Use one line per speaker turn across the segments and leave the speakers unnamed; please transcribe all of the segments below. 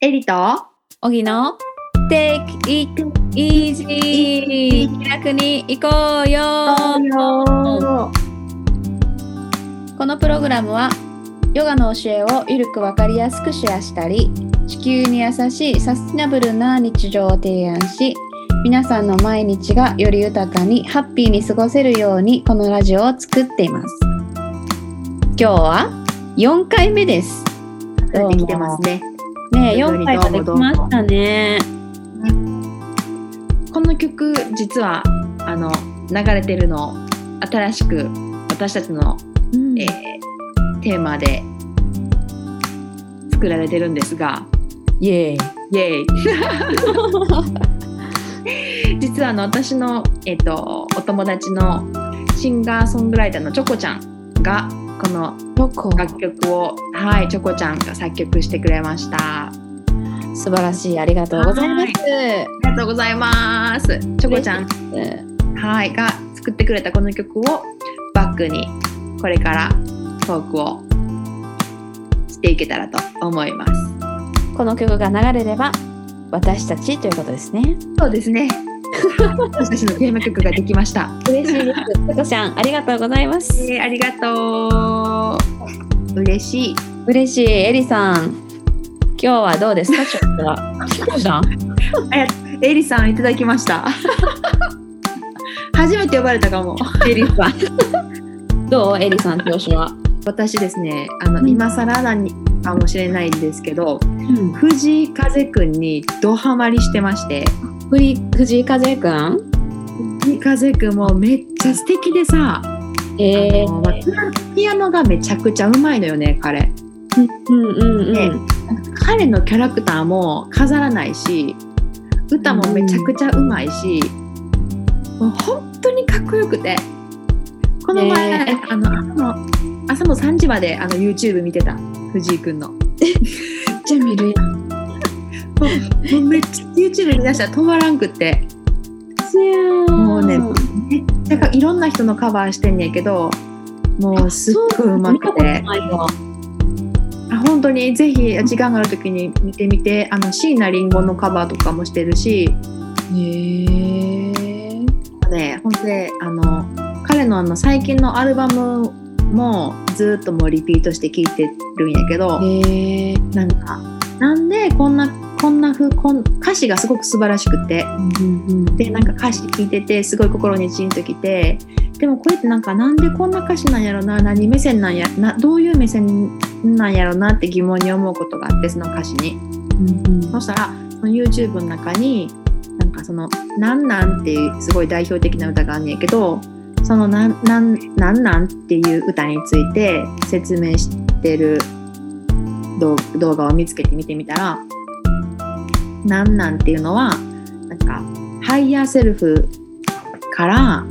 エリと
おぎの Take it easy 気楽に行こうよこのプログラムはヨガの教えをゆるくわかりやすくシェアしたり地球に優しいサスティナブルな日常を提案し皆さんの毎日がより豊かにハッピーに過ごせるようにこのラジオを作っています今日は4回目です
やってきてますね。
ねえ
どうも
4回まで来ましたね
この曲実はあの流れてるの新しく私たちの、
うん
えーテーマで作られてるんですが
イエーイ
イエーイ 実はあの私の、えっとお友達のシンガーソングライターのチョコちゃんがこの
どこ
楽曲をはいチョコちゃんが作曲してくれました。
素晴らしいありがとうございます。
ありがとうございます。チョコちゃん、はい、が作ってくれたこの曲をバックに、これからトークをしていけたらと思います。
この曲が流れれば私たちということですね。
そうですね。 私たちのテーマ曲ができました。
嬉しいです。ペコちゃんありがとうございます。
えーありがとう。嬉しい。
嬉しいエリさん。今日はどうですかちょっとは。どうしたん？
エリさんいただきました。 初めて呼ばれたかも。
エリさん。どうエリさん調子は？
私ですね、あの、
うん
今更なんかもしれないんですけど、
うん。
藤井風くんにドハマりしてまして。
藤藤井風くん？
藤井風くんもめっちゃ素敵でさ、
え
あの
ー。
まあピアノがめちゃくちゃうまいのよね彼
うんうんうん。
ね彼のキャラクターも飾らないし歌もめちゃくちゃうまいし、もう本当にかっこよくてこの前、
ねえ
あの朝の朝の3時まであの YouTube 見てた藤井くんのも
めっちゃ見る やん。
うめっちゃ YouTube 見出したら止まらんくって
も
もうねめっちゃかいろんな人のカバーしてんねやけどもうすっごいうま
見た
く
ことな
て
い。わ。
あ本当にぜひ時間がある時に見てみてあの椎名林檎のカバーとかもしてるし、
ええ。
ね、ほんであの彼のあの最近のアルバムもずっともうリピートして聴いてるんやけど、
ええ。
なんかなんでこんなこんなふこん歌詞がすごく素晴らしくてでなんか歌詞聴いててすごい心にジンときてでもこれってなんかなんでこんな歌詞なんやろな何目線なんやなどういう目線なんやろなって疑問に思うことがあってその歌詞に。そしたらその YouTube の中になんかその「なんなん」っていうすごい代表的な歌があんねんけどそのなんなん「なんなん」っていう歌について説明してる動動画を見つけて見てみたら「なんなん」っていうのはなんかハイヤーセルフから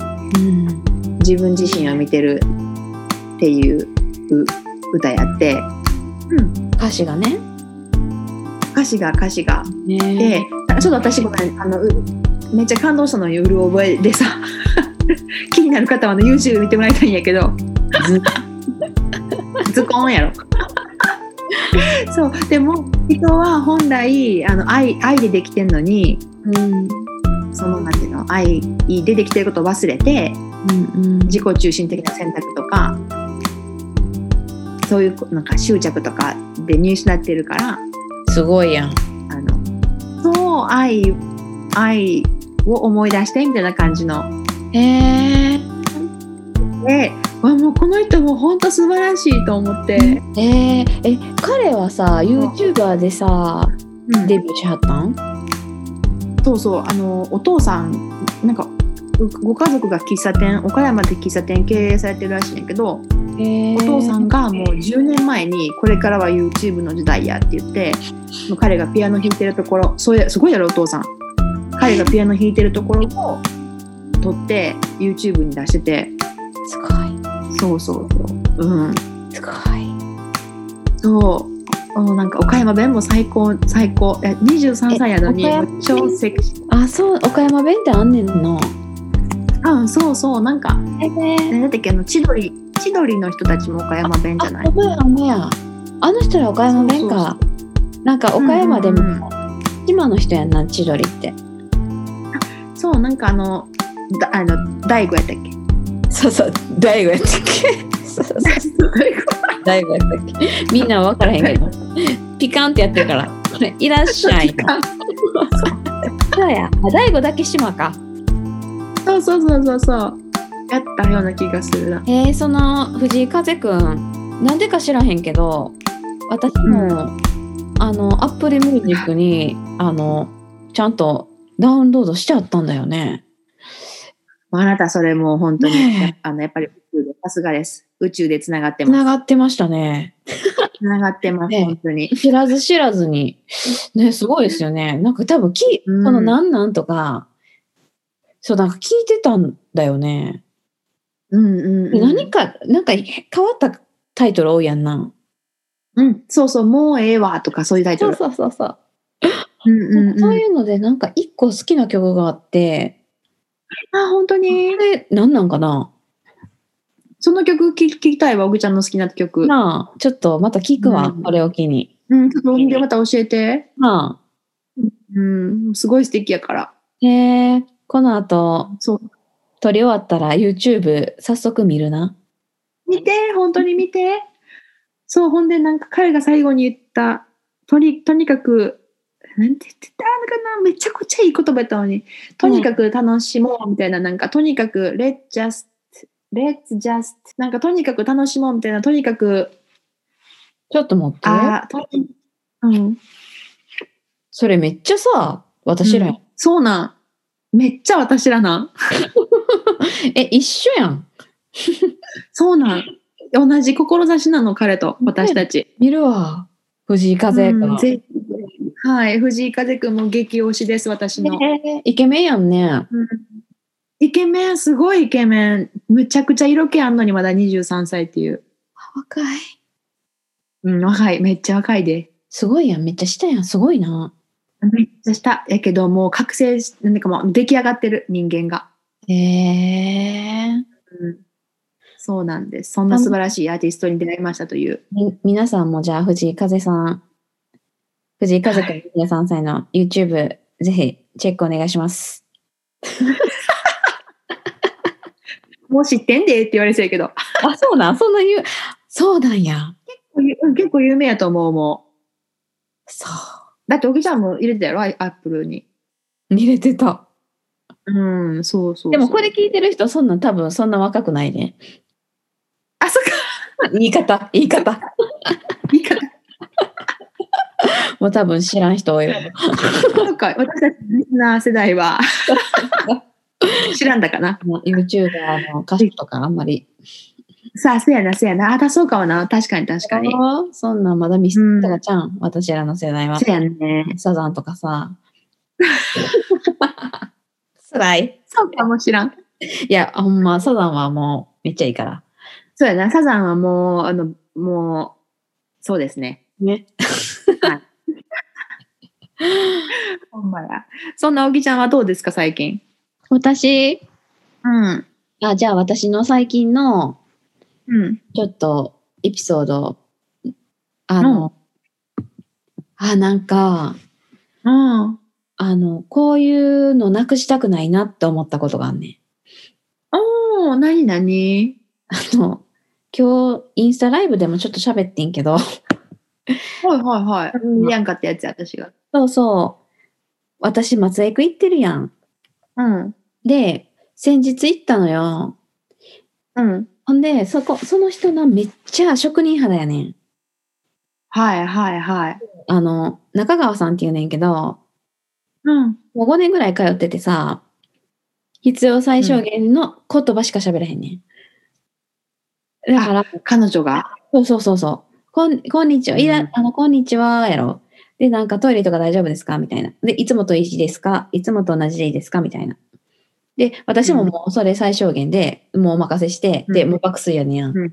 自分自身を見てるっていうう歌やって
歌詞がね。
歌詞が歌詞が
ね
で、あちょっと私ごめんあのうめっちゃ感動したのようる覚えでさ気になる方はあの YouTube 見てもらいたいんやけど
ず
ズコーンやろそうでも人は本来あの愛愛でできてんのに
うん
そのなんていうの愛でできてることを忘れて
うん
自己中心的な選択とかそういうなんか執着とかで見失ってるから
すごいやん。
あのそう愛愛を思い出してみたいな感じの
え
で、わもうこの人も本当素晴らしいと思って、
えええ彼はさ YouTuber でさデ
で
ビューしはったん
そうそうあのお父さんなんかごご家族が喫茶店岡山で喫茶店経営されてるらしいんやけど、
え
お父さんがもう10年前にこれからは YouTube の時代やって言ってもう彼がピアノ弾いてるところそうやすごいやろお父さん彼がピアノ弾いてるところを撮って YouTube に出してて
すご
そうそうそううん
いすごい。
そう。もうなんか岡山弁も最高最高。え二十三歳やのに
え岡山
もう超セクシー。
あそう岡山弁ってあんねんな。
あ、うんそうそうなんか
ええ。
何だったっけあの千鳥千鳥の人たちも岡山弁じゃない
あ。ほんまやほんまや。あの人ら岡山弁か。なんか岡山で
うんうん
も島の人やんな千鳥って
そうなんかあのだあの大悟やったっけ
そうそう大悟やったっけそうそう大悟やったっけみんな分からへんけどピカンってやってるからこれいらっしゃい
ピカン
そうやあ大悟だけ島か
そうそうそうそうそうやったような気がするな
えー、その藤井風くんなんでか知らへんけど私も、
うん
あのアップルミュージックにあのちゃんとダウンロードしちゃったんだよね。
あなたそれもう本当に、
ね
あのやっぱり宇宙でさすがです宇宙でつながって
つな
ま
がってましたね。
すつながってます、
ねえ
本当に
知らず知らずに。ねすごいですよね。なんか多分き、
うん
この「なんなん」とかそうなんか聞いてたんだよね。
うんうん、うん、
何かなんか変わったタイトル多いやんな。
うんそうそうもうええわとかそういうタイト
そう
ル
そうそうそう。
うんうんうん
そういうのでなんか一個好きな曲があって。
あ本当に
これ何なんかな
その曲聞き聞きたいわ、おぐちゃんの好きな曲。
なあちょっとまた聞くわ、
うん
これを機に。
うん、ちょっと音源また教えて。
なあ
うん、すごい素敵やから。
へえこの後
そう。
撮り終わったら YouTube 早速見るな。
見て、本当に見て。そう、ほんで、なんか彼が最後に言った、とにとにかく、なんて言ってたのかな、めちゃくちゃいい言葉やったのに、とにかく楽しもうみたいな、なんか、とにかく、let's just, let's just, なんか、とにかく楽しもうみたいな、とにかく、
ちょっと待って。
あーとにうん、
それめっちゃさ、私らやん、
そうなん。めっちゃ私らなん。
え、一緒やん。
そうなん。同じ志なの彼と私たち。
見るわ。藤井風
う
か
んぜはい、藤井風くんも激推しです私の、
えイケメンやんね。
うんイケメンすごいイケメン。むちゃくちゃ色気あんのにまだ23歳っていう。
若い。
うん、若い、めっちゃ若いで。
すごいやん。めっちゃしたやん。すごいな。
めっちゃした。やけどもう覚醒し、なんかもう出来上がってる人間が。
へえ
うんそうなんです。そんな素晴らしいアーティストに出会いましたという。
み皆さんもじゃあ藤井風さん藤井風くん23歳の YouTube、ぜひチェックお願いします
もう知ってんでって言われそうやけど。
あそうなんそんな言うそうなんや
うん結構有名やと思う、も。
そう
だって、おぎちゃんも入れてたやろ、アップルに。
う見れてた
うん、そうそうそう
でもこれ聞いてる人そんなん多分そんな若くないね
あ、そっか、
言い方言い方
いいかな。
もう多分知らん人多いわ
そうか、私たちリスナー世代 は知らんだかな。
もう YouTuber の歌手とかあんまり
さあ、せやな、せやな。あ、だそうかもな。確かに、確かに。
そんなんまだミスとかちゃん、私らの世代は
せやね。
サザンとか さつらい
そうかもしらん。
いや、ほんま、サザンはもうめっちゃいいから。
そうやな。サザンはもう、あの、もう、そうですね。
ね。
ほんまや。そんなおぎちゃんはどうですか、最近。
私、
うん。
あ、じゃあ私の最近の
うん。
ちょっとエピソード、あの、あ、なんか、
うん。
あの、こういうのなくしたくないなって思ったことがあんねん。
おー、なになに
あの、今日インスタライブでもちょっと喋ってんけど、
はいはいはい。見やんかったやつや、私が。
そうそう、私松江区行ってるやん。
うん。
で、先日行ったのよ。
うん。
ほんで、そこ、その人な、めっちゃ職人肌やねん。
はいはいはい。
あの、中川さんっていうねんけど、
うん。
もう5年ぐらい通っててさ、必要最小限の言葉しか喋らへんねん。だから、
彼女が。
そうそうそうそう。こん、こんにちは、いら、
うん
あの、こんにちは、やろ。で、なんかトイレとか大丈夫ですかみたいな。で、いつもといいですかいつもと同じでいいですかみたいな。で、私ももうそれ最小限で、もうお任せして、で、
うん
もう爆睡やねんやん。
う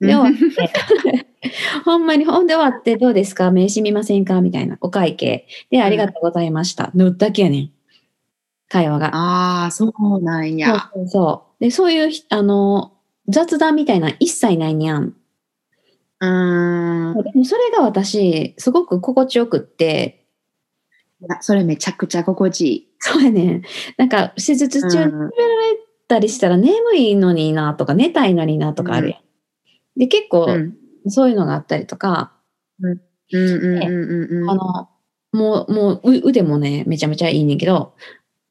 で終わ
ん
って、 ほんまに、ほんで終わって、どうですか名刺見ませんかみたいな、お会計。で、ありがとうございました。のだけやねん。会話が。
ああ、そうなんや。
そうそうそう。で、そういうひ、あの、雑談みたいな一切ないにゃん。
うーん。い
でもそれが私、すごく心地よくって、
やそれめちゃくちゃ心地いい。
そうやねん。なんか、手術中に
うん
ったりしたら眠いのになとか、寝たいのになとかあるやん。で、結構、
うん
そういうのがあったりとか、
うんうんうんうんうん。
あの、もう、もうう腕もね、めちゃめちゃいいねんけど、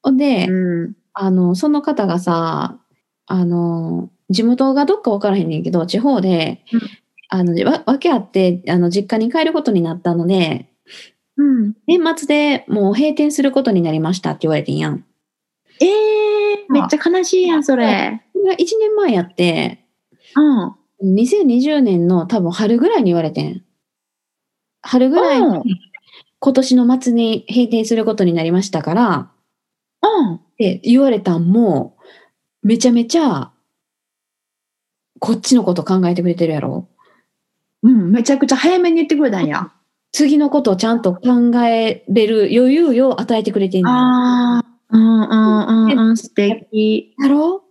ほんで、
うん
あの、その方がさ、あの、地元がどっか分からへんねんけど、地方で、
うん
あの、わ、わけあって、あの、実家に帰ることになったので、
うん。
年末でもう閉店することになりましたって言われてんやん。
ええめっちゃ悲しいやん、それ。
これが1年前やって、
うん。
2020年の多分春ぐらいに言われてん。春ぐらい
うん
に今年の末に閉店することになりましたから、
うん。
って言われたんも、めちゃめちゃ、こっちのこと考えてくれてるやろ
うん、めちゃくちゃ早めに言ってくれたんや。
次のことをちゃんと考えれる余裕を与えてくれてんねん
ああ、うんうんうんうん、素敵。
やろ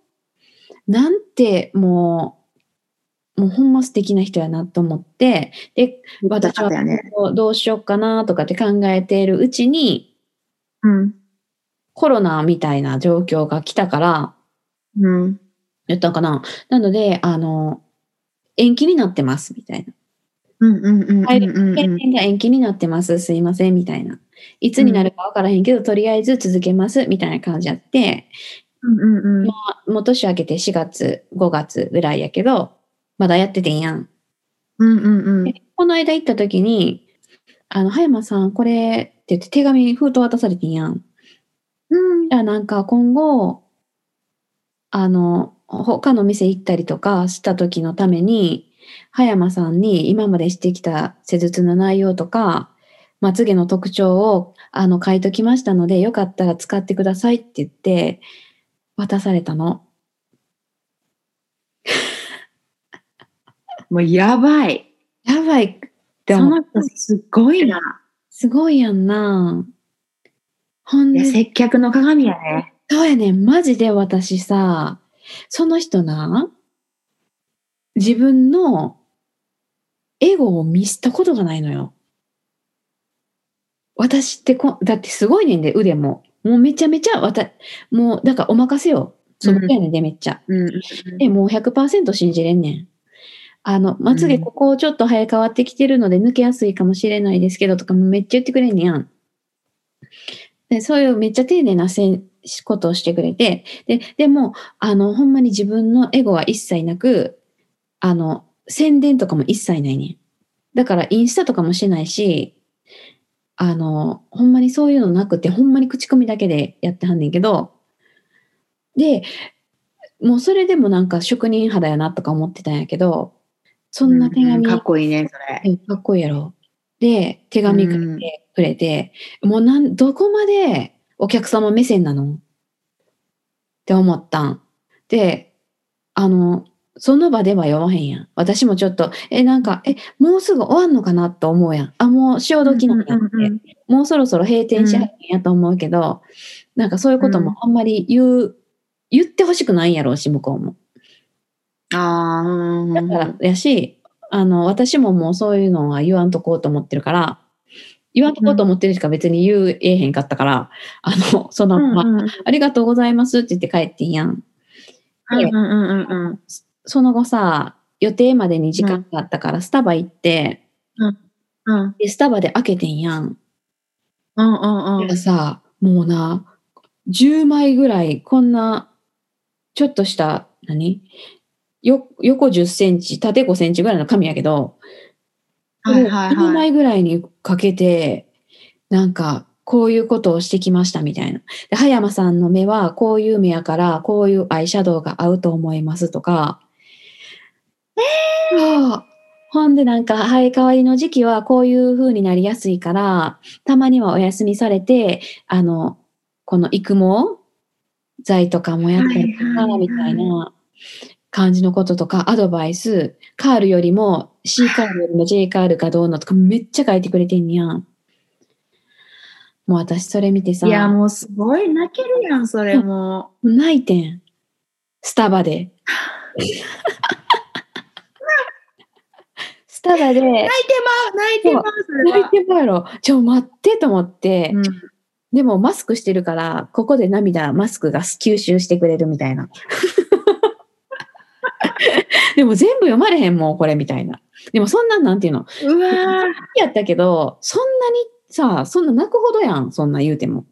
なんてもう、もうほんま素敵な人やなと思って、で、私
よか
は
ったよね。
こうどうしようかなとかって考えているうちに、
うん。
コロナみたいな状況が来たから、
うん。
やったんかななので、あの、延期になってます、みたいな。
うんうんうんうん
はい
うんうん。
検診が延期になってます、すいません、みたいな。いつになるかわからへんけど、とりあえず続けます、みたいな感じやって、
うんうんうん。
もう年明けて4月、5月ぐらいやけど、まだやっててんやん。
うんうんうん
で。この間行った時に、あの、葉山さん、これって言って手紙、封筒渡されてんやん。
うん
じゃあなんか今後、あの、他の店行ったりとかした時のために、葉山さんに今までしてきた施術の内容とか、まつげの特徴をあの書いときましたので、よかったら使ってくださいって言って渡されたの。
もうやばい。
やばいって
そ
思っ
の人すごいな。
すごいやんな。ほん
いや、
で、
接客の鏡やね。
そうやねん。マジで私さ、その人な、自分のエゴを見せたことがないのよ。私ってこ、だってすごいねんで、腕も。もうめちゃめちゃ、わた、もう、だからお任せよ。そこやねんで、めっちゃ。
うん。
で、もう100%信じれんねん。あの、まつげ
うん
ここちょっと生え変わってきてるので抜けやすいかもしれないですけどとかもめっちゃ言ってくれんねやん。で、そういうめっちゃ丁寧なせんことをしてくれて、で、でも、あの、ほんまに自分のエゴは一切なく、あの、宣伝とかも一切ないねん。だからインスタとかもしてないし、あの、ほんまにそういうのなくて、ほんまに口コミだけでやってはんねんけど、で、もうそれでもなんか職人肌やなとか思ってたんやけど、そんな手
う
紙、
かっこいいね、それ。
うんかっこいいやろ。で、手紙書いてくれて、もうなん、どこまでお客様目線なのって思ったん。で、あの、その場では読まへんやん。私もちょっと、え、なんか、え、もうすぐ終わんのかなと思うやん。あ、もう潮時なんやって、
うんうんうん
もうそろそろ閉店しはるんやと思うけど、なんかそういうこともあんまり言う、言ってほしくないんやろうし、向こうも。
ああ、うん。
だからやし、あの、私ももうそういうのは言わんとこうと思ってるから、言わんとこうと思ってるしか別に言えへんかったから、あの、その
うん
まま、
うんうん
ありがとうございますって言って帰ってんやん。
うんうんうん。
その後さ、予定までに時間があったから、スタバ行って、
うん
で、スタバで開けてんやん。
うんうんうん
だからさ、もうな、10枚ぐらい、こんな、ちょっとした、何よ横10センチ、縦5センチぐらいの紙やけど、
はいはい
10
はい。
枚ぐらいにかけて、なんか、こういうことをしてきましたみたいな。で、葉山さんの目はこういう目やから、こういうアイシャドウが合うと思いますとか。えー、ほんでなんか生え変わりの時期はこういう風になりやすいから、たまにはお休みされて、あの、この育毛剤とかもやったりと
はいはいは
か、
い
みたいな感じのこととか、アドバイス、カールよりも C カールよりも J カールがどうのとかめっちゃ書いてくれてんねやん。もう私それ見てさ、
いや、もうすごい泣けるやん、それも
泣いてん。 スタバで。スただ
泣い
で、泣
てまう泣いてまうそれ
い
は。
てもやろ。ちょ、待ってと思って、
うん
でもマスクしてるから、ここで涙、マスクが吸収してくれるみた いな。でも全部読まれへんもん、これみたいな。でもそんなんなんていうの。
うわー
やったけど、そんなにさ、そんな泣くほどやん、そんな言うても。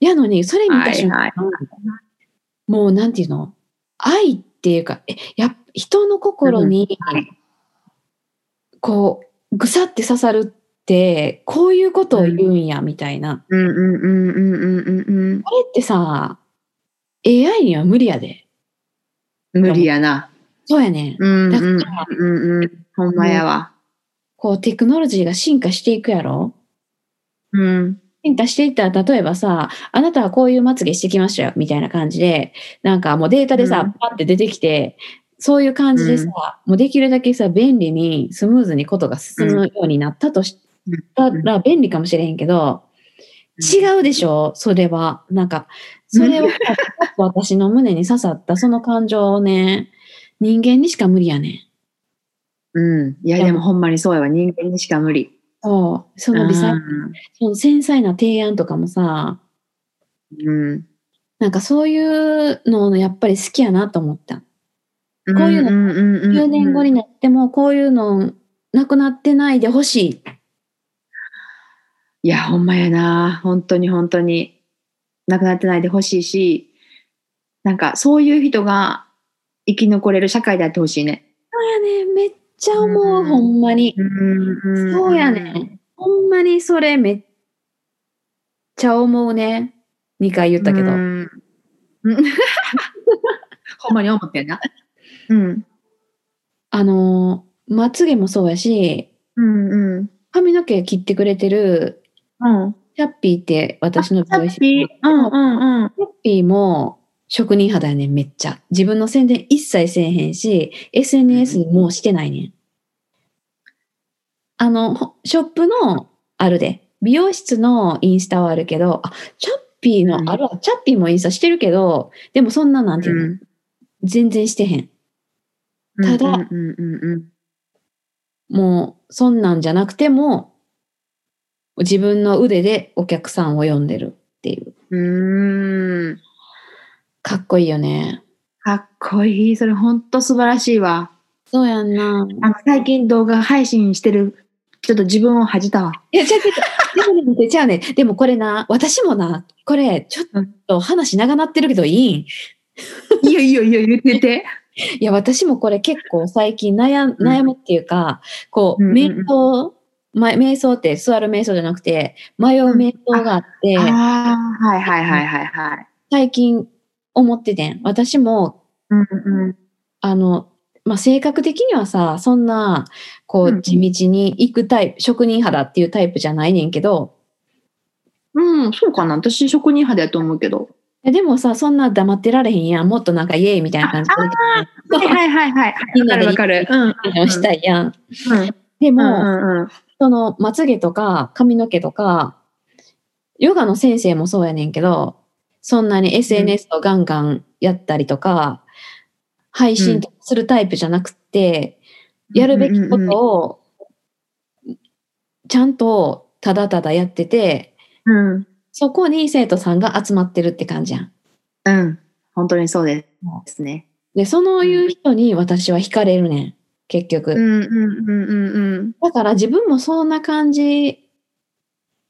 やのに、それ見た瞬間、
はい
もうなんていうの愛っていうか、えやっ人の心に、
うんはい
こう、ぐさって刺さるって、こういうことを言うんや、みたいな。
うんうんうんうんうんうん
これってさ、AI には無理やで。
うん。無理やな。
そうやねん。
うんう
だか
ん
ら、
うんうん。ほんまやわ。
こう、テクノロジーが進化していくやろ
うん。
進化していったら、例えばさ、あなたはこういうまつげしてきましたよ、みたいな感じで、なんかもうデータでさ、
うん
パッて出てきて、そういう感じでさ、
うん
もうできるだけさ、便利に、スムーズにことが進むようになったとし
うん
たら便利かもしれへんけど、違うでしょそれは。なんか、それを私の胸に刺さったその感情をね、人間にしか無理やねん。
うん。いやでもほんまにそうやわ。人間にしか無理。
そう。そうの微細、
ん
その繊細な提案とかもさ、
うん。
なんかそういうののやっぱり好きやなと思った。
こ
ういうの
の
10年後になってもこういうのなくなってないでほしい。
いや、ほんまやな。本当に本当に。亡くなってないでほしいし、なんかそういう人が生き残れる社会であってほしいね。
そうやねんめっちゃ思う、
うん
ほんまに。
ん
そうやねん。ほんまにそれめっちゃ思うね。2回言ったけど。
うん ほんまに思ってんな。うん。
あのー、まつげもそうやし、
うんうん。
髪の毛切ってくれてる、
うん。
チャッピーって私の
ハ
美
ッ
容師
ピー。うんうんうん。
ハッピーも職人肌やねん、めっちゃ。自分の宣伝一切せえへんし、SNS もうしてないねん。あの、ほショップのあるで、美容室のインスタはあるけど、あ、チャッ
う
ピー
ん
の、あるわ、チャッピーもインスタしてるけど、でもそんななんていうの、
うん
全然してへん。ただ
うんうんうんうん。
もう、そんなんじゃなくても、自分の腕でお客さんを呼んでるっていう。
うーん。
かっこいいよね。
かっこいい。それほんと素晴らしいわ。
そうやんな。
あの最近動画配信してる、ちょっと自分を恥じたわ。
いや、違う違う違う。でもね、違うね。でもこれな、私もな、これ、ちょっと話長なってるけどいいん
いいよいいよいいよ、言って て。
いや、私もこれ結構最近悩ん
うん
悩むっていうか、こう、
うんうんうん
瞑想、ま、瞑想って座る瞑想じゃなくて、迷う瞑想があって、
ああ、はいはいはいはいはい。
最近思っててん。私も、
うんうん
あの、まあ、性格的にはさ、そんな、こ
うんう
う、
ん
地道に行くタイプ、職人肌っていうタイプじゃないねんけど、
うん、そうかな。私、職人派だと思うけど。
いやでもさ、そんな黙ってられへんやん。もっとなんかイエーイみたいな感じで。
はいはいはいはい。
みん
わか
なで
るわかる。うん。うん
そういうのしたいやん。で
うんう
も、
んうん。
そのまつげとか髪の毛とか、ヨガの先生もそうやねんけど、そんなに SNS をガンガンやったりとか、配信とかするタイプじゃなくて、やるべきこ
うんうん
とを、ちゃんとただただやってて、
うん。
そこに生徒さんが集まってるって感じやん。
うん。本当にそうですね。
で、そのいう人に私は惹かれるねん。結局。
うんうんうんうんうん。
だから自分もそんな感じ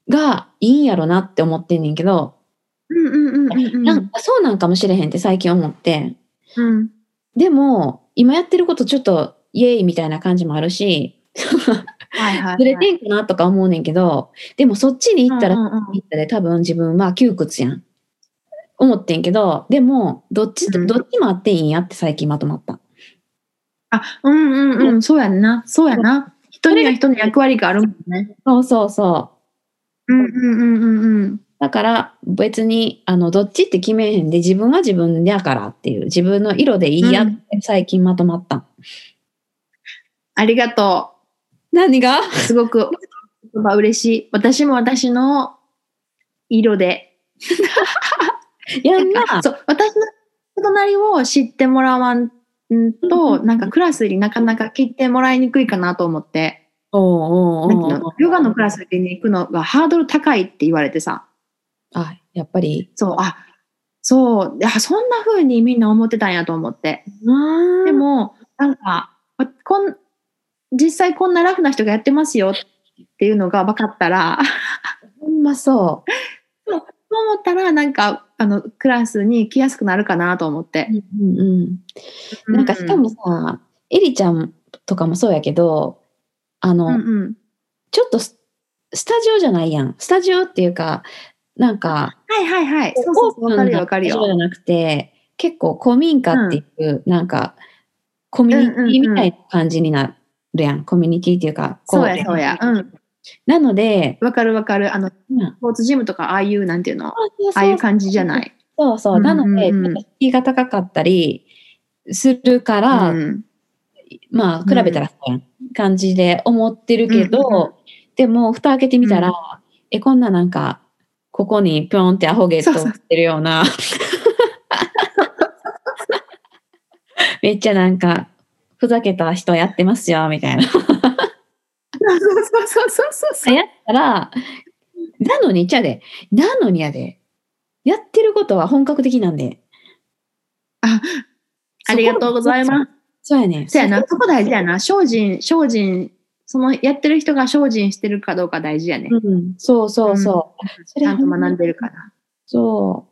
がいいんやろなって思ってんねんけど、
うんうんうんうんうん。
なんかそうなんかもしれへんって最近思って。
うん。
でも、今やってることちょっとイエーイみたいな感じもあるし、
はいはいはい。
ずれてんかなとか思うねんけど、でもそっちに行ったら、
う
行
んうんうん
ったで多分自分は窮屈やん。思ってんけど、でも、どっちと、
うん
どっちもあっていいんやって最近まとまった。
あ、うんうんうん。そうやんな。そうやな。人には人の役割があるもんね。
そうそうそう。
うんうんうんうんうん。
だから別にあのどっちって決めへんで自分は自分だからっていう自分の色でいいやって最近まとまった。
ありがとう。
何が
すごく言葉嬉しい。私も私の色で。
やんな。
そう私の人となりを知ってもらわんうんと、なんかクラスになかなか聞いてもらいにくいかなと思って、
おうおう
なん
お
ていう
うお
の
う
ヨガのクラスに行くのがハードル高いって言われてさ、
あ、やっぱり。
そう、あ、そう、いやそんな風にみんな思ってたんやと思って。で
でも、
も、なんか、あこん、実際こんなラフな人がやってますよっていうのが分かったら、
ほんまそう。
そう思ったら、なんか、あの、クラスに来やすくなるかなと思って。
うんうんなんかしかもさ、エリちゃんとかもそうやけど、あの、
うん、うんうん
ちょっとススタジオじゃないやん。スタジオっていうか、なんか、
はいはいはい。そうそうそう、わかるよわかる
スタジオ
よ。
じゃなくて、結構古民家っていう、なんか、コミュニティみたいな感じになるやん。コミュニティっていうか、こ
そうやそうや。うん。
なので、
わかるわかる。あの、ス
うん
ポーツジムとか、ああいう、なんていうの、あ
あ
あいう感じじゃない。
そうそう。
うんうん
な
うん
ので、ちょっと敷居が高かったりするから、
うん
まあ、比べたらそうやん感じで思ってるけど、
うんうん
でも、蓋開けてみたら、
う
え、こんななんか、ここにぴょんってアホゲット
そうそう
してるよ うな。めっちゃなんか、ふざけた人やってますよ、みたいな。
そうそうそうそうそうそう。
やったら、なのに、ちゃで、なのにやで、やってることは本格的なんで。
あ、ありがとうございます。
そうやね。
そうやな、そこ大事やな。精進、精進、そのやってる人が精進してるかどうか大事やね。
うん、そうそうそう。そ
ち
れ
ゃんと学んでるから。
そ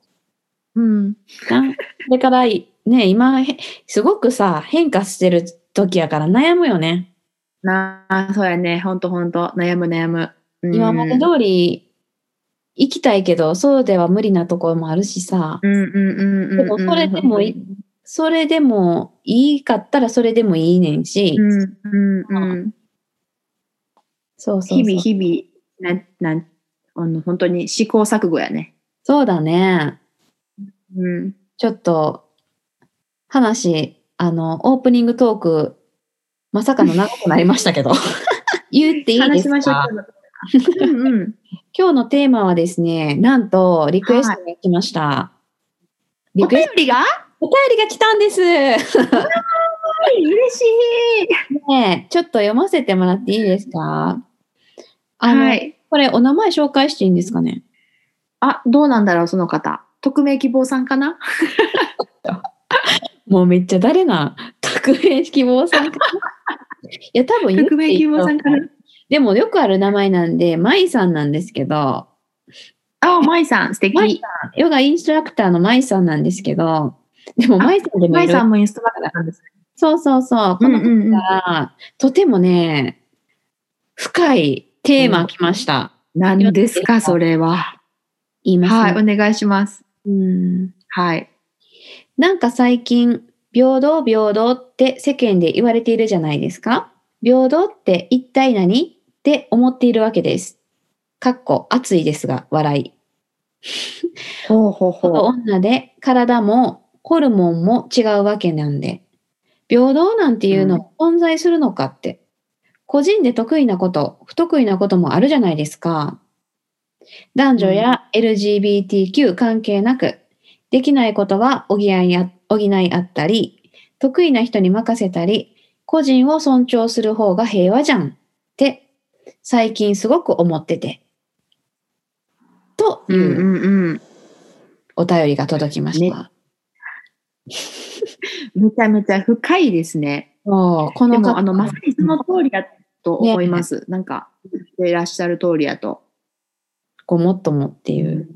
う。
うん。
なんだからい、ね、今、へすごくさ、変化してる時やから悩むよね。
なあ、そうやね。ほんとほんと。悩む悩む。うん
今まで通り行きたいけど、そうでは無理なところもあるしさ、
うんうんうんうんうん。
でもそれでもいそれでもいいかったらそれでもいいねんし、
うんうんうん。
そうそうそ
日
う。
々日々、なん、なん、あの、本当に試行錯誤やね。
そうだね。
うん。
ちょっと、話、あの、オープニングトーク、まさかの長くなりましたけ ど。言っていいですか
話しましょう。今日のうん うん。
今日のテーマはですね、なんとリクエストが来ました。リ
お
クエ
便
スト
りが
お便りが来た んです。
嬉しい。
ねえちょっと読ませてもらっていいですかあの、
はい。
これお名前紹介していいんですかね
あ、どうなんだろう、その方。匿名希望さんかな
もうめっちゃ誰な 匿名希望さんかないや、多分言って
匿名
いい
希
と
望
思う
さんかな
でもよくある名前なんで、舞さんなんですけど、
あ、舞さん、素敵。
舞ヨガインストラクターの舞さんなんですけど、でも舞さんでも
舞
いろい
さ
ろ
んもインストラクターなんですね。
そうそうそう。この
うんうんうん
方から、とてもね、深いテーマ来ました。
何ですか、それは。
言いま
はい、
す、ね
お願いします。
うん
はい。
なんか最近、平等平等って世間で言われているじゃないですか。平等って一体何って思っているわけです。かっこ熱いですが、笑い。
ほうほう
男と
ほ
女で体もホルモンも違うわけなんで平等なんていうの存在するのかって、個人で得意なこと不得意なこともあるじゃないですか男女や LGBTQ 関係なくできないことは補いあ補いあったり得意な人に任せたり個人を尊重する方が平和じゃんって最近すごく思っててと
う。
いうう、
んうんうん。
お便りが届きました。
めちゃめちゃ深いですね。
そうこ
で
の
も、
方
あの、まさにその通りだと思います。なんか、言っていらっしゃる通りやと。
ごもっともっていう。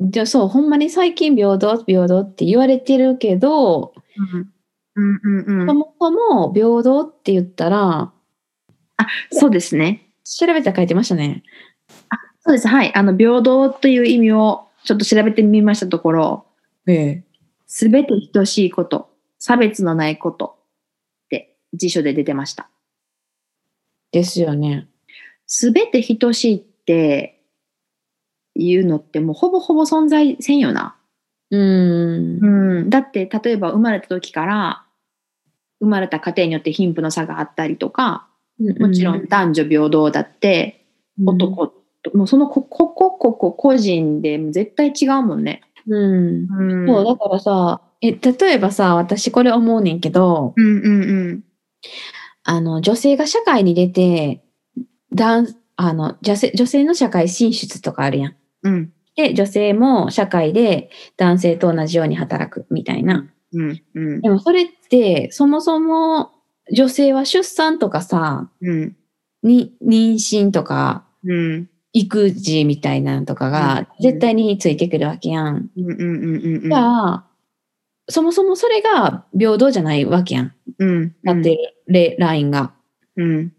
じゃあそう、ほんまに最近平等、平等って言われてるけど、
うんうんう
そ
ん。
もそも平等って言ったら、
そうですね。
調べて書いてましたね。
そうです。はい。あの、平等という意味をちょっと調べてみましたところ、
ええ。
すべて等しいこと、差別のないことって辞書で出てました。
ですよね。
すべて等しいっていうのってもうほぼほぼ存在せんよな。
うーん。
うん、だって例えば生まれた時から生まれた家庭によって貧富の差があったりとかもちろん男女平等だって
うん、
男と、もうそのこここここ個人でも絶対違うもんね。
うん。
うん
そう、だからさ、え、例えばさ、私これ思うねんけど、
うんうんうん。
あの、女性が社会に出て、男、あの、女性、女性の社会進出とかあるやん。
うん
で、女性も社会で男性と同じように働くみたいな。
うんうん
でもそれって、そもそも女性は出産とかさ、
うん
に、妊娠とか、
うん
育児みたいなのとかが
うん
絶対についてくるわけやん。
うんうんうんうん
じゃあ、そもそもそれが平等じゃないわけやん。
うん
だって、レラインが。
うん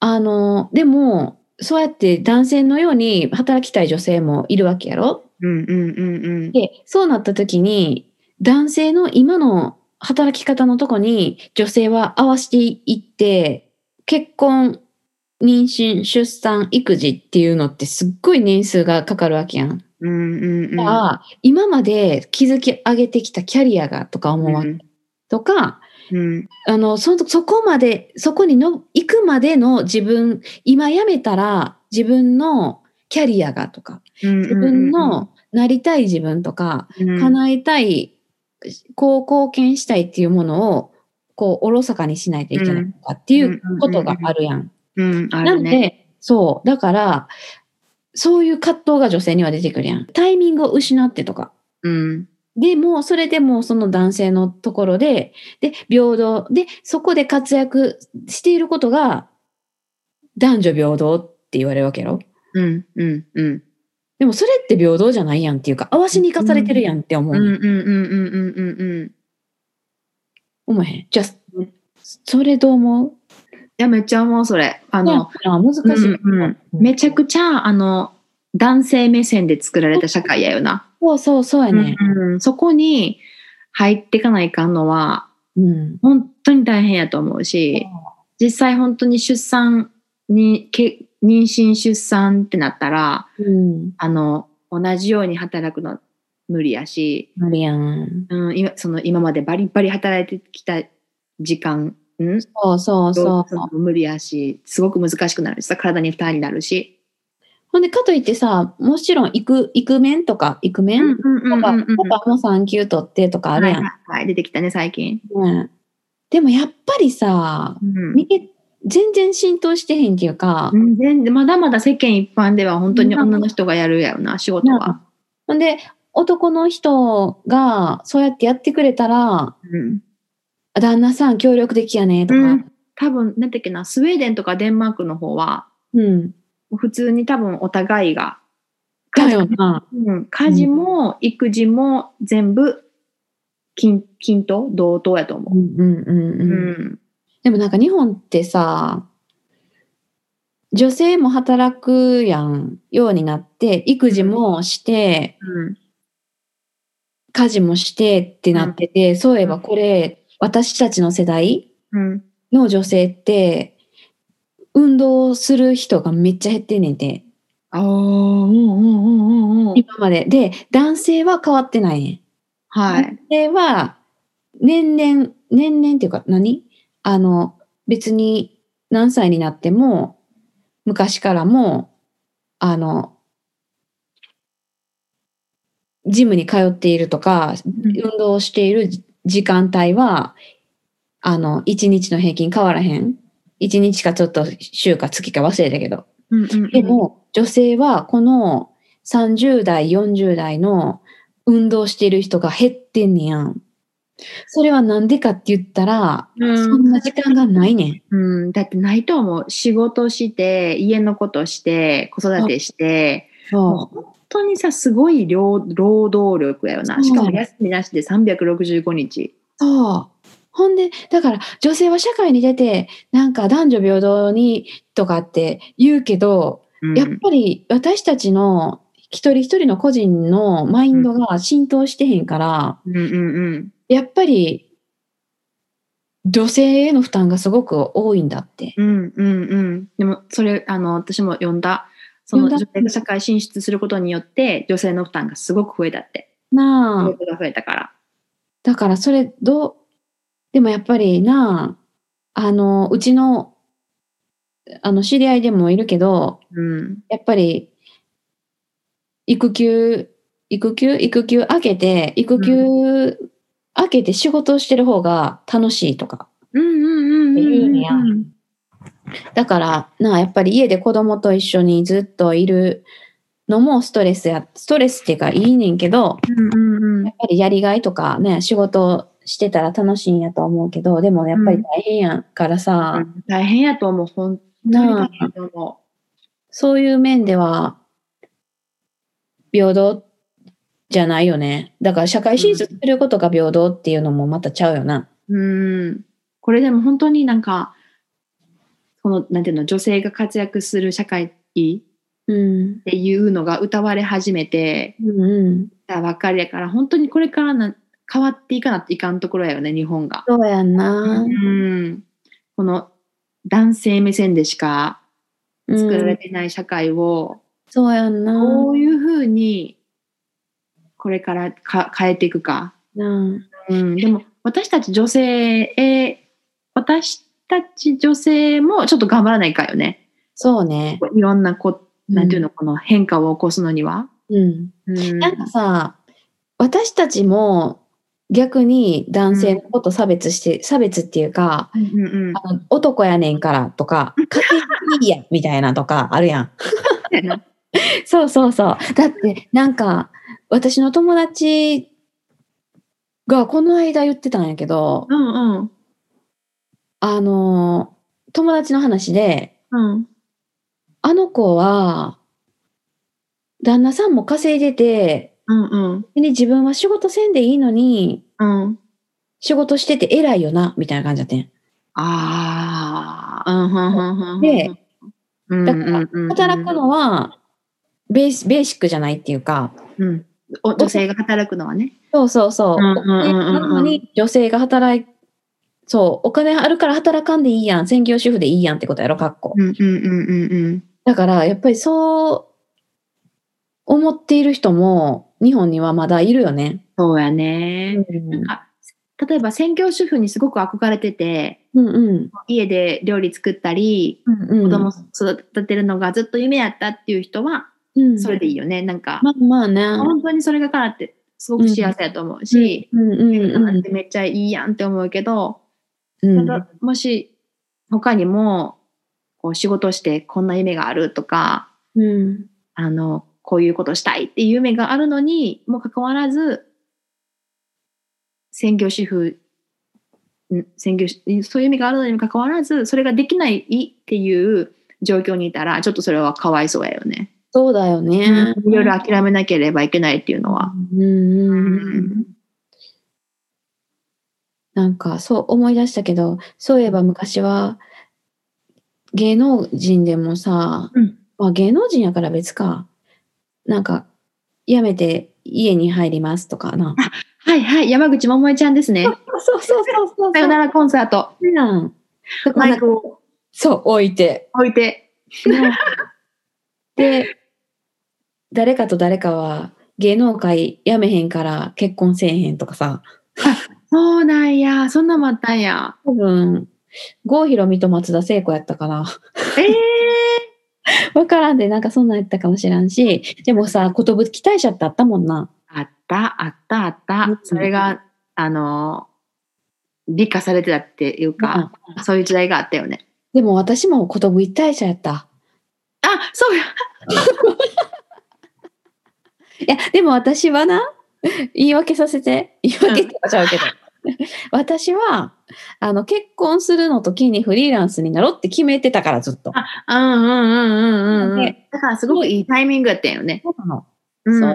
あの、でも、そうやって男性のように働きたい女性もいるわけやろ
うんうんうんうん
で、そうなった時に、男性の今の働き方のとこに女性は合わせていって、結婚、妊娠、出産、育児っていうのってすっごい年数がかかるわけやん。
うんうんうん
だから今まで築き上げてきたキャリアがとか思うわけ、
うん
とか、
うん
あの、その、そこまで、そこにの、行くまでの自分、今辞めたら自分のキャリアがとか、自
自
分のなりたい自分とか、叶えたい、こう貢献したいっていうものを、こう、おろそかにしないといけないとかっていうことがあるやん。
うんあ
な
る
ん
ね
で、そう、だから、そういう葛藤が女性には出てくるやん。タイミングを失ってとか。
うん
でも、それでもうその男性のところで、で、平等、で、そこで活躍していることが、男女平等って言われるわけやろ。
うんうんうん
でも、それって平等じゃないやんっていうか、合わしに生かされてるやんって思う
う
ねん。
んうんうんうんうんうんうん
思えへん。じゃあ、それどう思う
いやめっちゃ思うそれあの
あ難しい、
うんうんめちゃくちゃあの男性目線で作られた社会やよな、
そうそうそうやね。
うんそこに入っていかないかんのは
うん。
本当に大変やと思うし実際本当に出産にけ妊娠出産ってなったら
うん。
あの同じように働くの無理やし、
マリアン。
うん、今その今までバリバリ働いてきた時間うん
そうそ
ど
うそう
うするのも無理やしすごく難しくなるしさ体に負担になるし。
ほんで、かといってさ、もちろん、イク、イクメンとか、イクメンとか、
うんうんうんうん
パパも産休取ってとかある
はい
や
は
ん。
いはい、出てきたね最近。
うんでもやっぱりさ、
うん
見て、全然浸透してへんっていうか、
全然まだまだ世間一般では本当に女の人がやるやろな仕事は。
ほんで、男の人がそうやってやってくれたら、
うん
旦那さん協力的やねとか、
うん多分なんだっけなスウェーデンとかデンマークの方は
うん。
普通に多分お互いが、
だよな。
うん、家事も育児も全部均均等同等やと思
うんうんうん
う。
うん。
うん
でもなんか日本ってさ、女性も働くやん、ようになって、育児もして、
うん
家事もしてってなってて、そういえばこれ、私たちの世代
うん
の女性って、運動する人がめっちゃ減ってんねんて、
ああうんうんうんうんうん
今まで。で、男性は変わってないねん。
はい。
男性は、年々、年々っていうか何あの、別に何歳になっても、昔からも、あの、ジムに通っているとか、運動をしているじ時間帯は、あの、一日の平均変わらへん。一日かちょっと週か月か忘れたけど。
うんうんうん
でも、女性はこの30代、40代の運動してる人が減ってんねやん。それはなんでかって言ったら、
うん
そんな時間がないねん。
うん、だってないと思う仕事して家のことして子育てして。
そ
本当にさすごい労労働力やよ
そ
な
う
しかも休みなしで365日
う。そう。ほんで、だから女性は社会に出て、なんか男女平等にとかって言うけど、
うん
やっぱり私たちの一人一人の個人のマインドが浸透してへんから、
うんうんうん
やっぱり女性への負担がすごく多いんだって。
うんうんうんでもそれあの私も読んだその
読
女
んだ
性が社会進出することによって女性の負担がすごく増えたって仕
なあ、
事が増えたから
だからそれどう、でもやっぱりなあ、あの、うちの、あの、知り合いでもいるけど、
うん
やっぱり、育休育休育休明けて、育休明けて仕事をしてる方が楽しいとか。
うんうんうんうん
いい
うん
ねやだから、なあ、やっぱり家で子供と一緒にずっといるのもストレスや、ストレスっていうかいいねんけど、
うんうん
やっぱりやりがいとかね、仕事してたら楽しいんやとは思うけど、でもやっぱり大変やからさ、
大変やと思う本当に
な
大
あ、
変やと思
そういう面では、平等じゃないよね。だから社会進出することが平等っていうのもまたちゃうよな。
ううんこれでも本当になんかこのなんていうの女性が活躍する社会って
うん。
いうのが歌われ始めて
うんうん。
たばっかりやから本当にこれからな変わっていかなっていかんところやよね日本が。
そうやんな。
うん、この男性目線でしか
うん
作られてない社会を、
そうやんな。
どういうふうにこれからか変えていくか、
うん
うん、でも私たち女性えー私たち女性もちょっと頑張らないかよね
そうね。
いろんなこなんていうの、この変化を起こすのには。
うん。
うん
なんかさ、私たちも逆に男性のこと差別して、差別っていうか、
うんうん
あの男やねんからとか、家庭いいや、みたいな とかあるやん。そうそうそう。だって、なんか、私の友達がこの間言ってたんやけど、
うんうん
あの、友達の話で、
うん
あの子は、旦那さんも稼いでて、
うん
でね自分は仕事せんでいいのに、
うん
仕事してて偉いよな、みたいな感じだったんや
ああ、うんうんうんうん。
で、
うん
だから
うんうん
働くのはベース、ベーシックじゃないっていうか、
うん、お女性が働くのはね。
そうそうそう。
うんう
お
んうん
金
うんうん
あるのに女性が働い、そう、お金あるから働かんでいいやん、専業主婦でいいやんってことやろ、かっこ。
うんうんうんうんうん。
だから、やっぱりそう思っている人も日本にはまだいるよね。
そうや
う
ね。なん
ん
か例えば専業主婦にすごく憧れてて、
うん。
家で料理作ったり、
う
子
ん
供育てるのがずっと夢やったっていう人は、
うん。
それでいいよね。なんか、
まあまあね。
本当にそれがからって、すごく幸せやと思うし、
うんうん
なん
う
てめっちゃいいやんって思うけど、
ん。うん
ただもし他にもこう仕事してこんな夢があるとか
うん。
あのこういうことしたいっていう夢があるのにもかかわらず専業主婦ん専業主そういう夢があるのにもかかわらずそれができないっていう状況にいたらちょっとそれはかわいそうやよね。
そうだよね。
いろいろ諦めなければいけないっていうのは。
うんう
うん
うん。なんかそう思い出したけどそういえば昔は芸能人でもさ、
うん
まあ、芸能人やから別かなんか辞めて家に入りますとかな
はいはい山口百恵ちゃんですね。
そうそうそうそう
さよならコンサート
なんだか
マ
らな
イ
んか
クを
そう置いて
置いて。
で誰かと誰かは芸能界辞めへんから結婚せえへんとかさ
そうなんやそんなんもあったんや。
多分郷ひろみと松田聖子やったかな
ええ
わからんで、なんかそんなんやったかもしらんし、でもさ、寿退社ってあったもんな。
あった、あった、あった。
うん
それが、あのー、美化されてたっていうか、そういう時代があったよね。
でも私も寿退社やった。
あ、そうや。
いや、でも私はな、言い訳させて、言い訳って言っちゃうけど。私は、あの、結婚するの時にフリーランスになろうって決めてたから、ずっと。
うんうんうんうんうんうん。
で
だからすごくいいタイミングやったよね。
そうなの。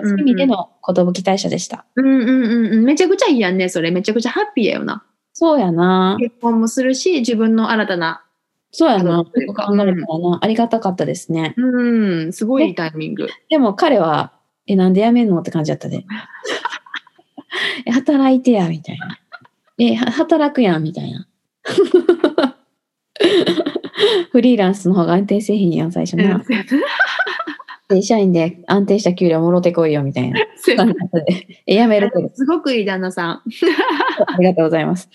そ
そういう意味で。の寿退社でした。
うんうんうんうん。めちゃくちゃいいやんね、それ。めちゃくちゃハッピーやよな。
そうやな。
結婚もするし、自分の新たな。
そうや
そ
な。
う
よく考えたらな、ありがたかったですね。
うん、すごいいいタイミング。
でも彼は、え、なんで辞めんのって感じだったで。え 働いてや、みたいな。え、は働くやん、みたいな。 フリーランスの方が安定せえへんやん、最初
うん
な。正社員で安定した給料もろてこいよ、みたいな。感じだったでえ、辞めるけ ど、
すごくいい旦那さん。
ありがとうございます。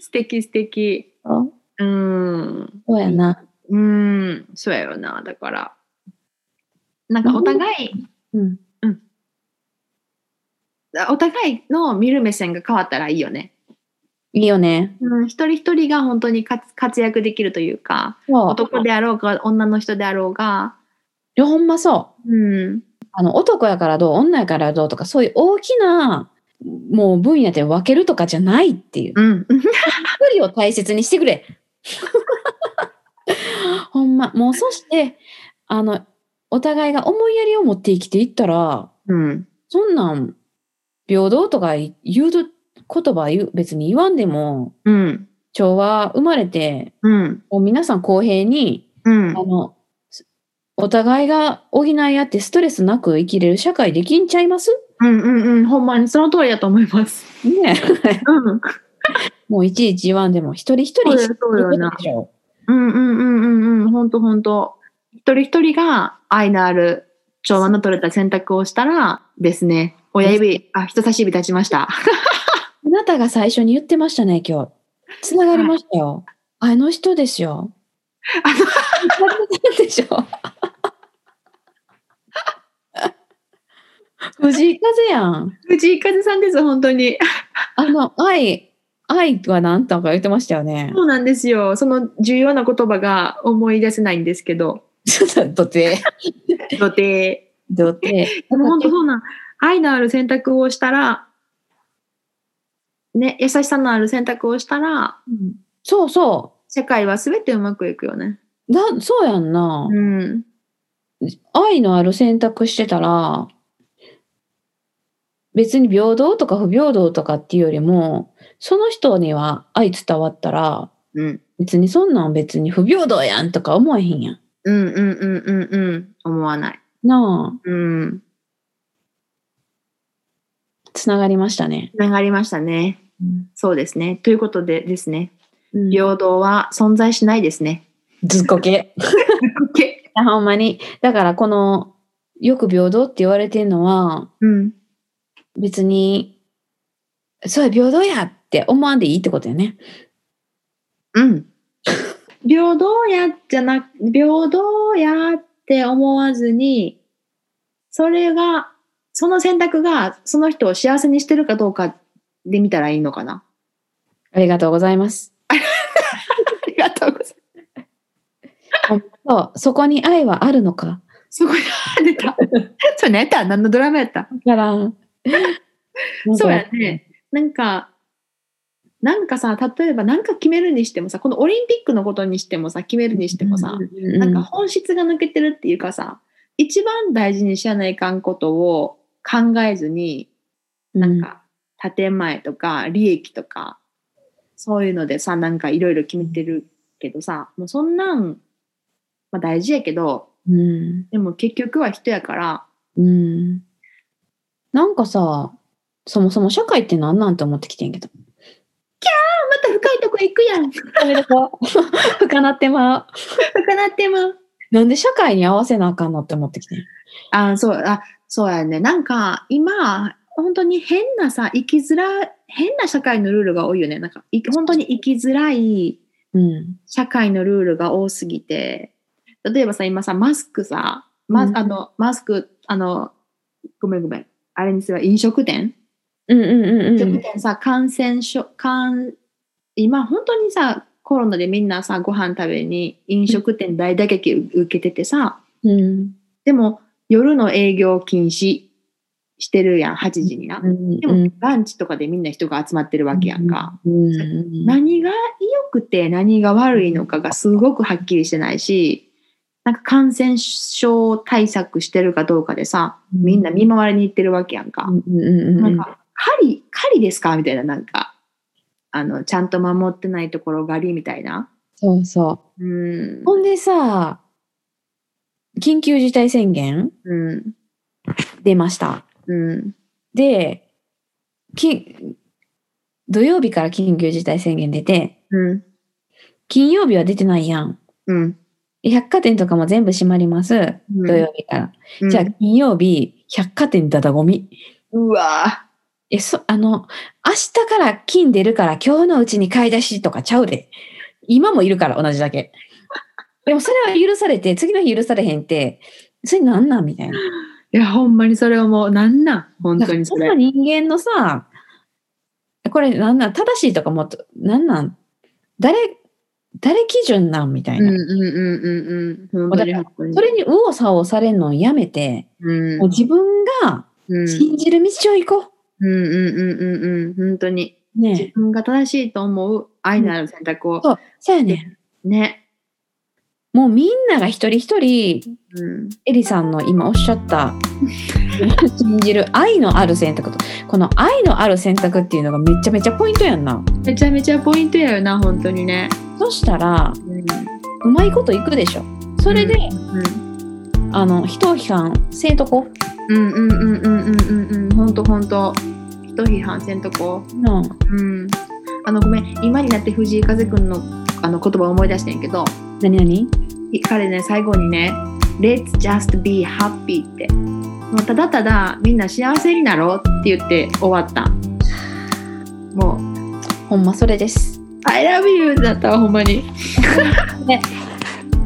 素敵素敵。
そ
うん。
うやな。
うん、そうやよな。だから。なんかお互い、
うん
お互いの見る目線が変わったらいいよね。
いいよね。
うん、一人一人が本当に活活躍できるというか、
そう。
男であろうか、女の人であろうが、
いやほんまそう。
うん、
あの、男やからどう、女やからどうとか、そういう大きな、もう分野で分けるとかじゃないっていう。
うん、
一人を大切にしてく れ。ほんま。もう、そして、あの、お互いが思いやりを持って生きていったら、
うん、
そんなん、平等とか言う言葉言う別に言わんでも、
うん、
調和生まれて、
うん、
もう皆さん公平に、
うん
あ、の、すお互いが補い合ってストレスなく生きれる社会できんちゃいます
うん、うん、うん、ほんまにその通りだと思います。
ねえ
うん、
もういちいち言わんでも一人一
そうだ
人
よそうだよな
でしょ
うん、うん、うん、うん、うん、本当本当。一人一人が愛のある調和の取れた選択をしたらですね、親指、あ、人差し指立ちました。
あなたが最初に言ってましたね、今日。つながりましたよ。あの人ですよ。
あの
あの人でしょ。 藤井風やん。
藤井風さんです、本当に。
あの、愛、愛は何とか言ってましたよね。
そうなんですよ。その重要な言葉が思い出せないんですけど、
ちょっ と、どて、
土手。
ど て。
でも本当そうなん。愛のある選択をしたら、ね、優しさのある選択をしたら、
うんそうそう。
世界は全てうまくいくよね。
だそうやんな、
うん。
愛のある選択してたら別に平等とか不平等とかっていうよりもその人には愛伝わったら
うん。
別にそんなん別に不平等やんとか思えへんやん
うんうんうんうんうん。思わない。
なあ
うん。
つながりましたね、
つながりましたね。そうですね。ということでですね、
うん
平等は存在しないですね。
ずっこけ
OK
ほんまにだからこのよく平等って言われてるのは
うん。
別にそうや平等やって思わんでいいってことやね
うん。平等やじゃなく、平等やって思わずに、それが、その選択がその人を幸せにしてるかどうかで見たらいいのかな。
ありがとうございます
ありがとうございます。
そう、そこに愛はあるのか。
そこにあ出 た。それ何やった何のドラマやった
わから ん。
そうやね。なんか、なんかさ、例えばなんか決めるにしてもさ、このオリンピックのことにしてもさ、決めるにして
なんか。で
も
もさ
さ、、なんか本質が抜けてるっていうかさ、一番大事にしやないかんことを考えずに、なんか建前とか利益とか、そういうのでさ、なんかいろいろ決めてるけどさ、もうそんなん、まあ大事やけど、
うん、
でも結局は人やから、
うん。なんかさ、そもそも社会って何なんて思ってきてんけど。
また深いとこ行くやん。
やめとこう。 深なってまう。
深なっても。
なんで社会に合わせなあかんのって思ってきてん。
あ、そう、あ、そうやね。なんか今、本当に変なさ、生きづらい、変な社会のルールが多いよね。なんか、い本当に生きづらい、
うん。
社会のルールが多すぎて例えばさ今さマスクさ、ま
うん
あのマスクあのごめんごめんあれにすれば飲食店、
うんうんうんう
飲食
ん。
店さ感染症感今本当にさコロナでみんなさご飯食べに飲食店大打撃受けててさ
うん。
でも夜の営業禁止してるやん8時にな、
うん
でもランチとかでみんな人が集まってるわけやんか、。
うん。
何が良くて何が悪いのかがすごくはっきりしてないしなんか感染症対策してるかどうかでさみんな見回りに行ってるわけやんか。
うんうんうん
な
うんん。
か狩り狩りですかみたいななんかあのちゃんと守ってないところ狩りみたいな。
そうそう。
うん
ほんでさ、緊急事態宣言
うん
出ました。
うん
で、き土曜日から緊急事態宣言出て、
うん
金曜日は出てないやん。
うん
百貨店とかも全部閉まります。
うん
土曜日から。
うん
じゃあ金曜日、百貨店ダダゴミ。
うわ
え、そ、あの、明日から金出るから今日のうちに買い出しとかちゃうで。今もいるから同じだけ。でもそれは許されて、次の日許されへんって、それなんなんみたいな。
いや、ほんまにそれはもう、なんなん本当にそ
そん
れ
な。人間のさ、これなんなん正しいとかもっと、なんなん誰、誰基準なんみたい
うん
な。
うんうんうんうん。本当に本当に
それに右往左往されるのをやめて、
うん
もう自分が
うん
信じる道を行こ
うんうんうんうんうん。本当に。
う。ね
自分が正しいと思う愛のある選択を
え。。そう、そうやね
ね。
ん。もうみんなが一人一人、
うん。
エリさんの今おっしゃった 信じる愛のある選択とこの愛のある選択っていうのがめちゃめちゃポイントやんな
めちゃめちゃポイントやよな、本当にね。
そしたら
うん。
うまいこといくでしょそれで、あの人を批判せんとこ、
うんうんうんうんうんうんうん。本当本当。人批判せんとこ。
うん、
うん。あの、ごめん。今になって藤井風くんのあの言葉を思い出してんけど、
何何
い彼ね、最後にね、Let's just be happy って。もうただただみんな幸せになろうって言って終わった。もう、
ほんまそれです
I love you だったわ、ほんまに。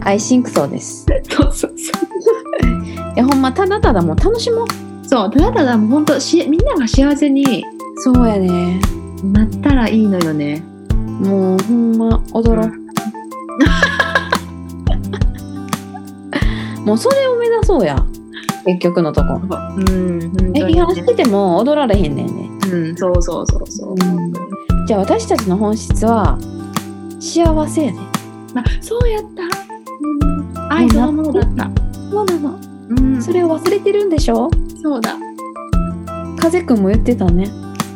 アイシンクそうです
そうそうそう。
いやほんまただただもう楽しもう
そう、ただただもう本当しみんなが幸せに
そうやね
なったらいいのよね。
もうほんま踊ろう、もうそれを目指そうや結局のと
う
こ
ん、本当
え
に
批判
ね
し。てても踊られへんねんね
うん、そうそうそうそう。
うんじゃあ私たちの本質は幸せやね
あ、そうやった。うん、愛のものだった。
そうなの
うん、
それを忘れてるんでしょ
そうだ。
風くんも言ってたね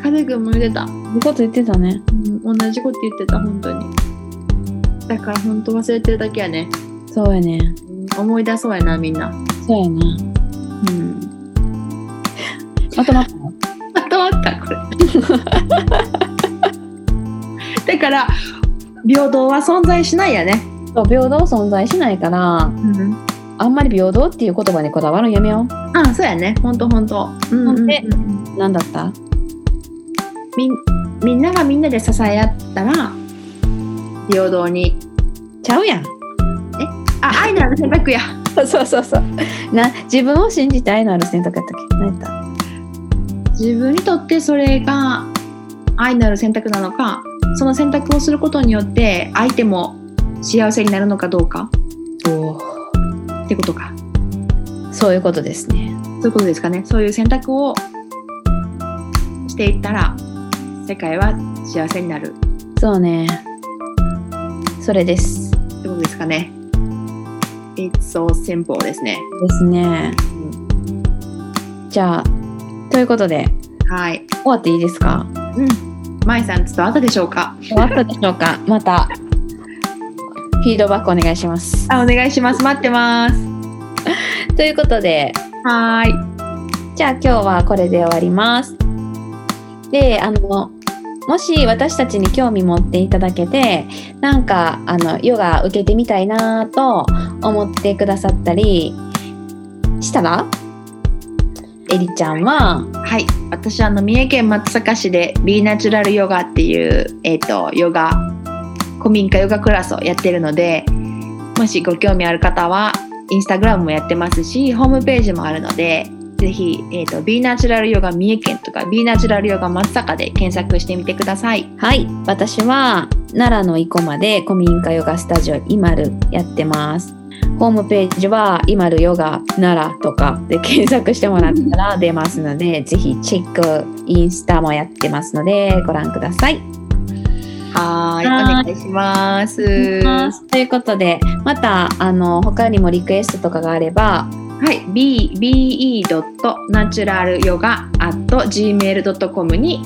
風くんも言ってた、う
いいこと言ってたね
ん。同じこと言ってた、本当に。だから本当忘れてるだけやね。
そうやね
うん思い出そうやな、みんな。
そうやな
うん。
まとまった
まとまった、こ れ。だから、平等は存在しないやね。
そう平等存在しないから
うん。
あんまり平等っていう言葉にこだわるのやめよ
あそうやね。ほんとほんと。うんうんうん
でうなんだった
みんみんながみんなで支え合ったら、平等に。
ちゃうやん
あ、愛のある選択や。
そうそうそうな自分を信じて愛のある選択やったっけ何やった
自分にとってそれが愛のある選択なのか、その選択をすることによって相手も幸せになるのかどうかってことか。
そういうことですね
そういうことですかね。そういう選択をしていったら、世界は幸せになる
そうねそれです
ってことですかね。It's so simple ですね。
ですね。じゃあ、ということで、
はい。
終わっていいですか
うん。まいさん伝わったでしょうか。
終わったでしょうかまた、フィードバックお願いします。
あ、お願いします。待ってます。
ということで、
はーい。
じゃあ今日はこれで終わります。で、あの、もし私たちに興味持っていただけて、なんか、あの、ヨガ受けてみたいなと思ってくださったりしたら、エリちゃんは、
はい。私あの三重県松阪市でビーナチュラルヨガっていうえっ、とヨガ古民家ヨガクラスをやってるので、もしご興味ある方はインスタグラムもやってますし、ホームページもあるので。ぜひ、えー、と、ビーナチュラルヨガ三重県とか、ビーナチュラルヨガ松阪で検索してみてください。
はい、私は奈良の生駒で古民家ヨガスタジオイマルやってます。ホームページはイマルヨガ奈良とかで検索してもらったら出ますので、ぜひチェック、インスタもやってますのでご覧ください。
はーい。
はーい
お願いします。
ということで、またあの他にもリクエストとかがあれば、
はい、b b e ドットナチュラルヨガ at gmail ドットコムに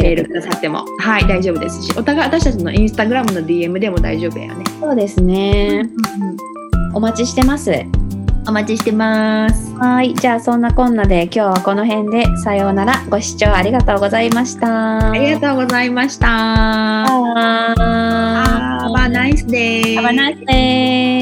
メー
ール
ルくださってもはい大丈夫ですし、お互い私たちのインスタグラムの DM でも大丈夫やよね。
そうですね。お待ちしてます。
お待ちしてます。
はい、じゃあそんなこんなで今日はこの辺でさようなら。ご視聴ありがとうございました。
ありがとうございました。
Bye.
Have a nice day.
Have a nice day.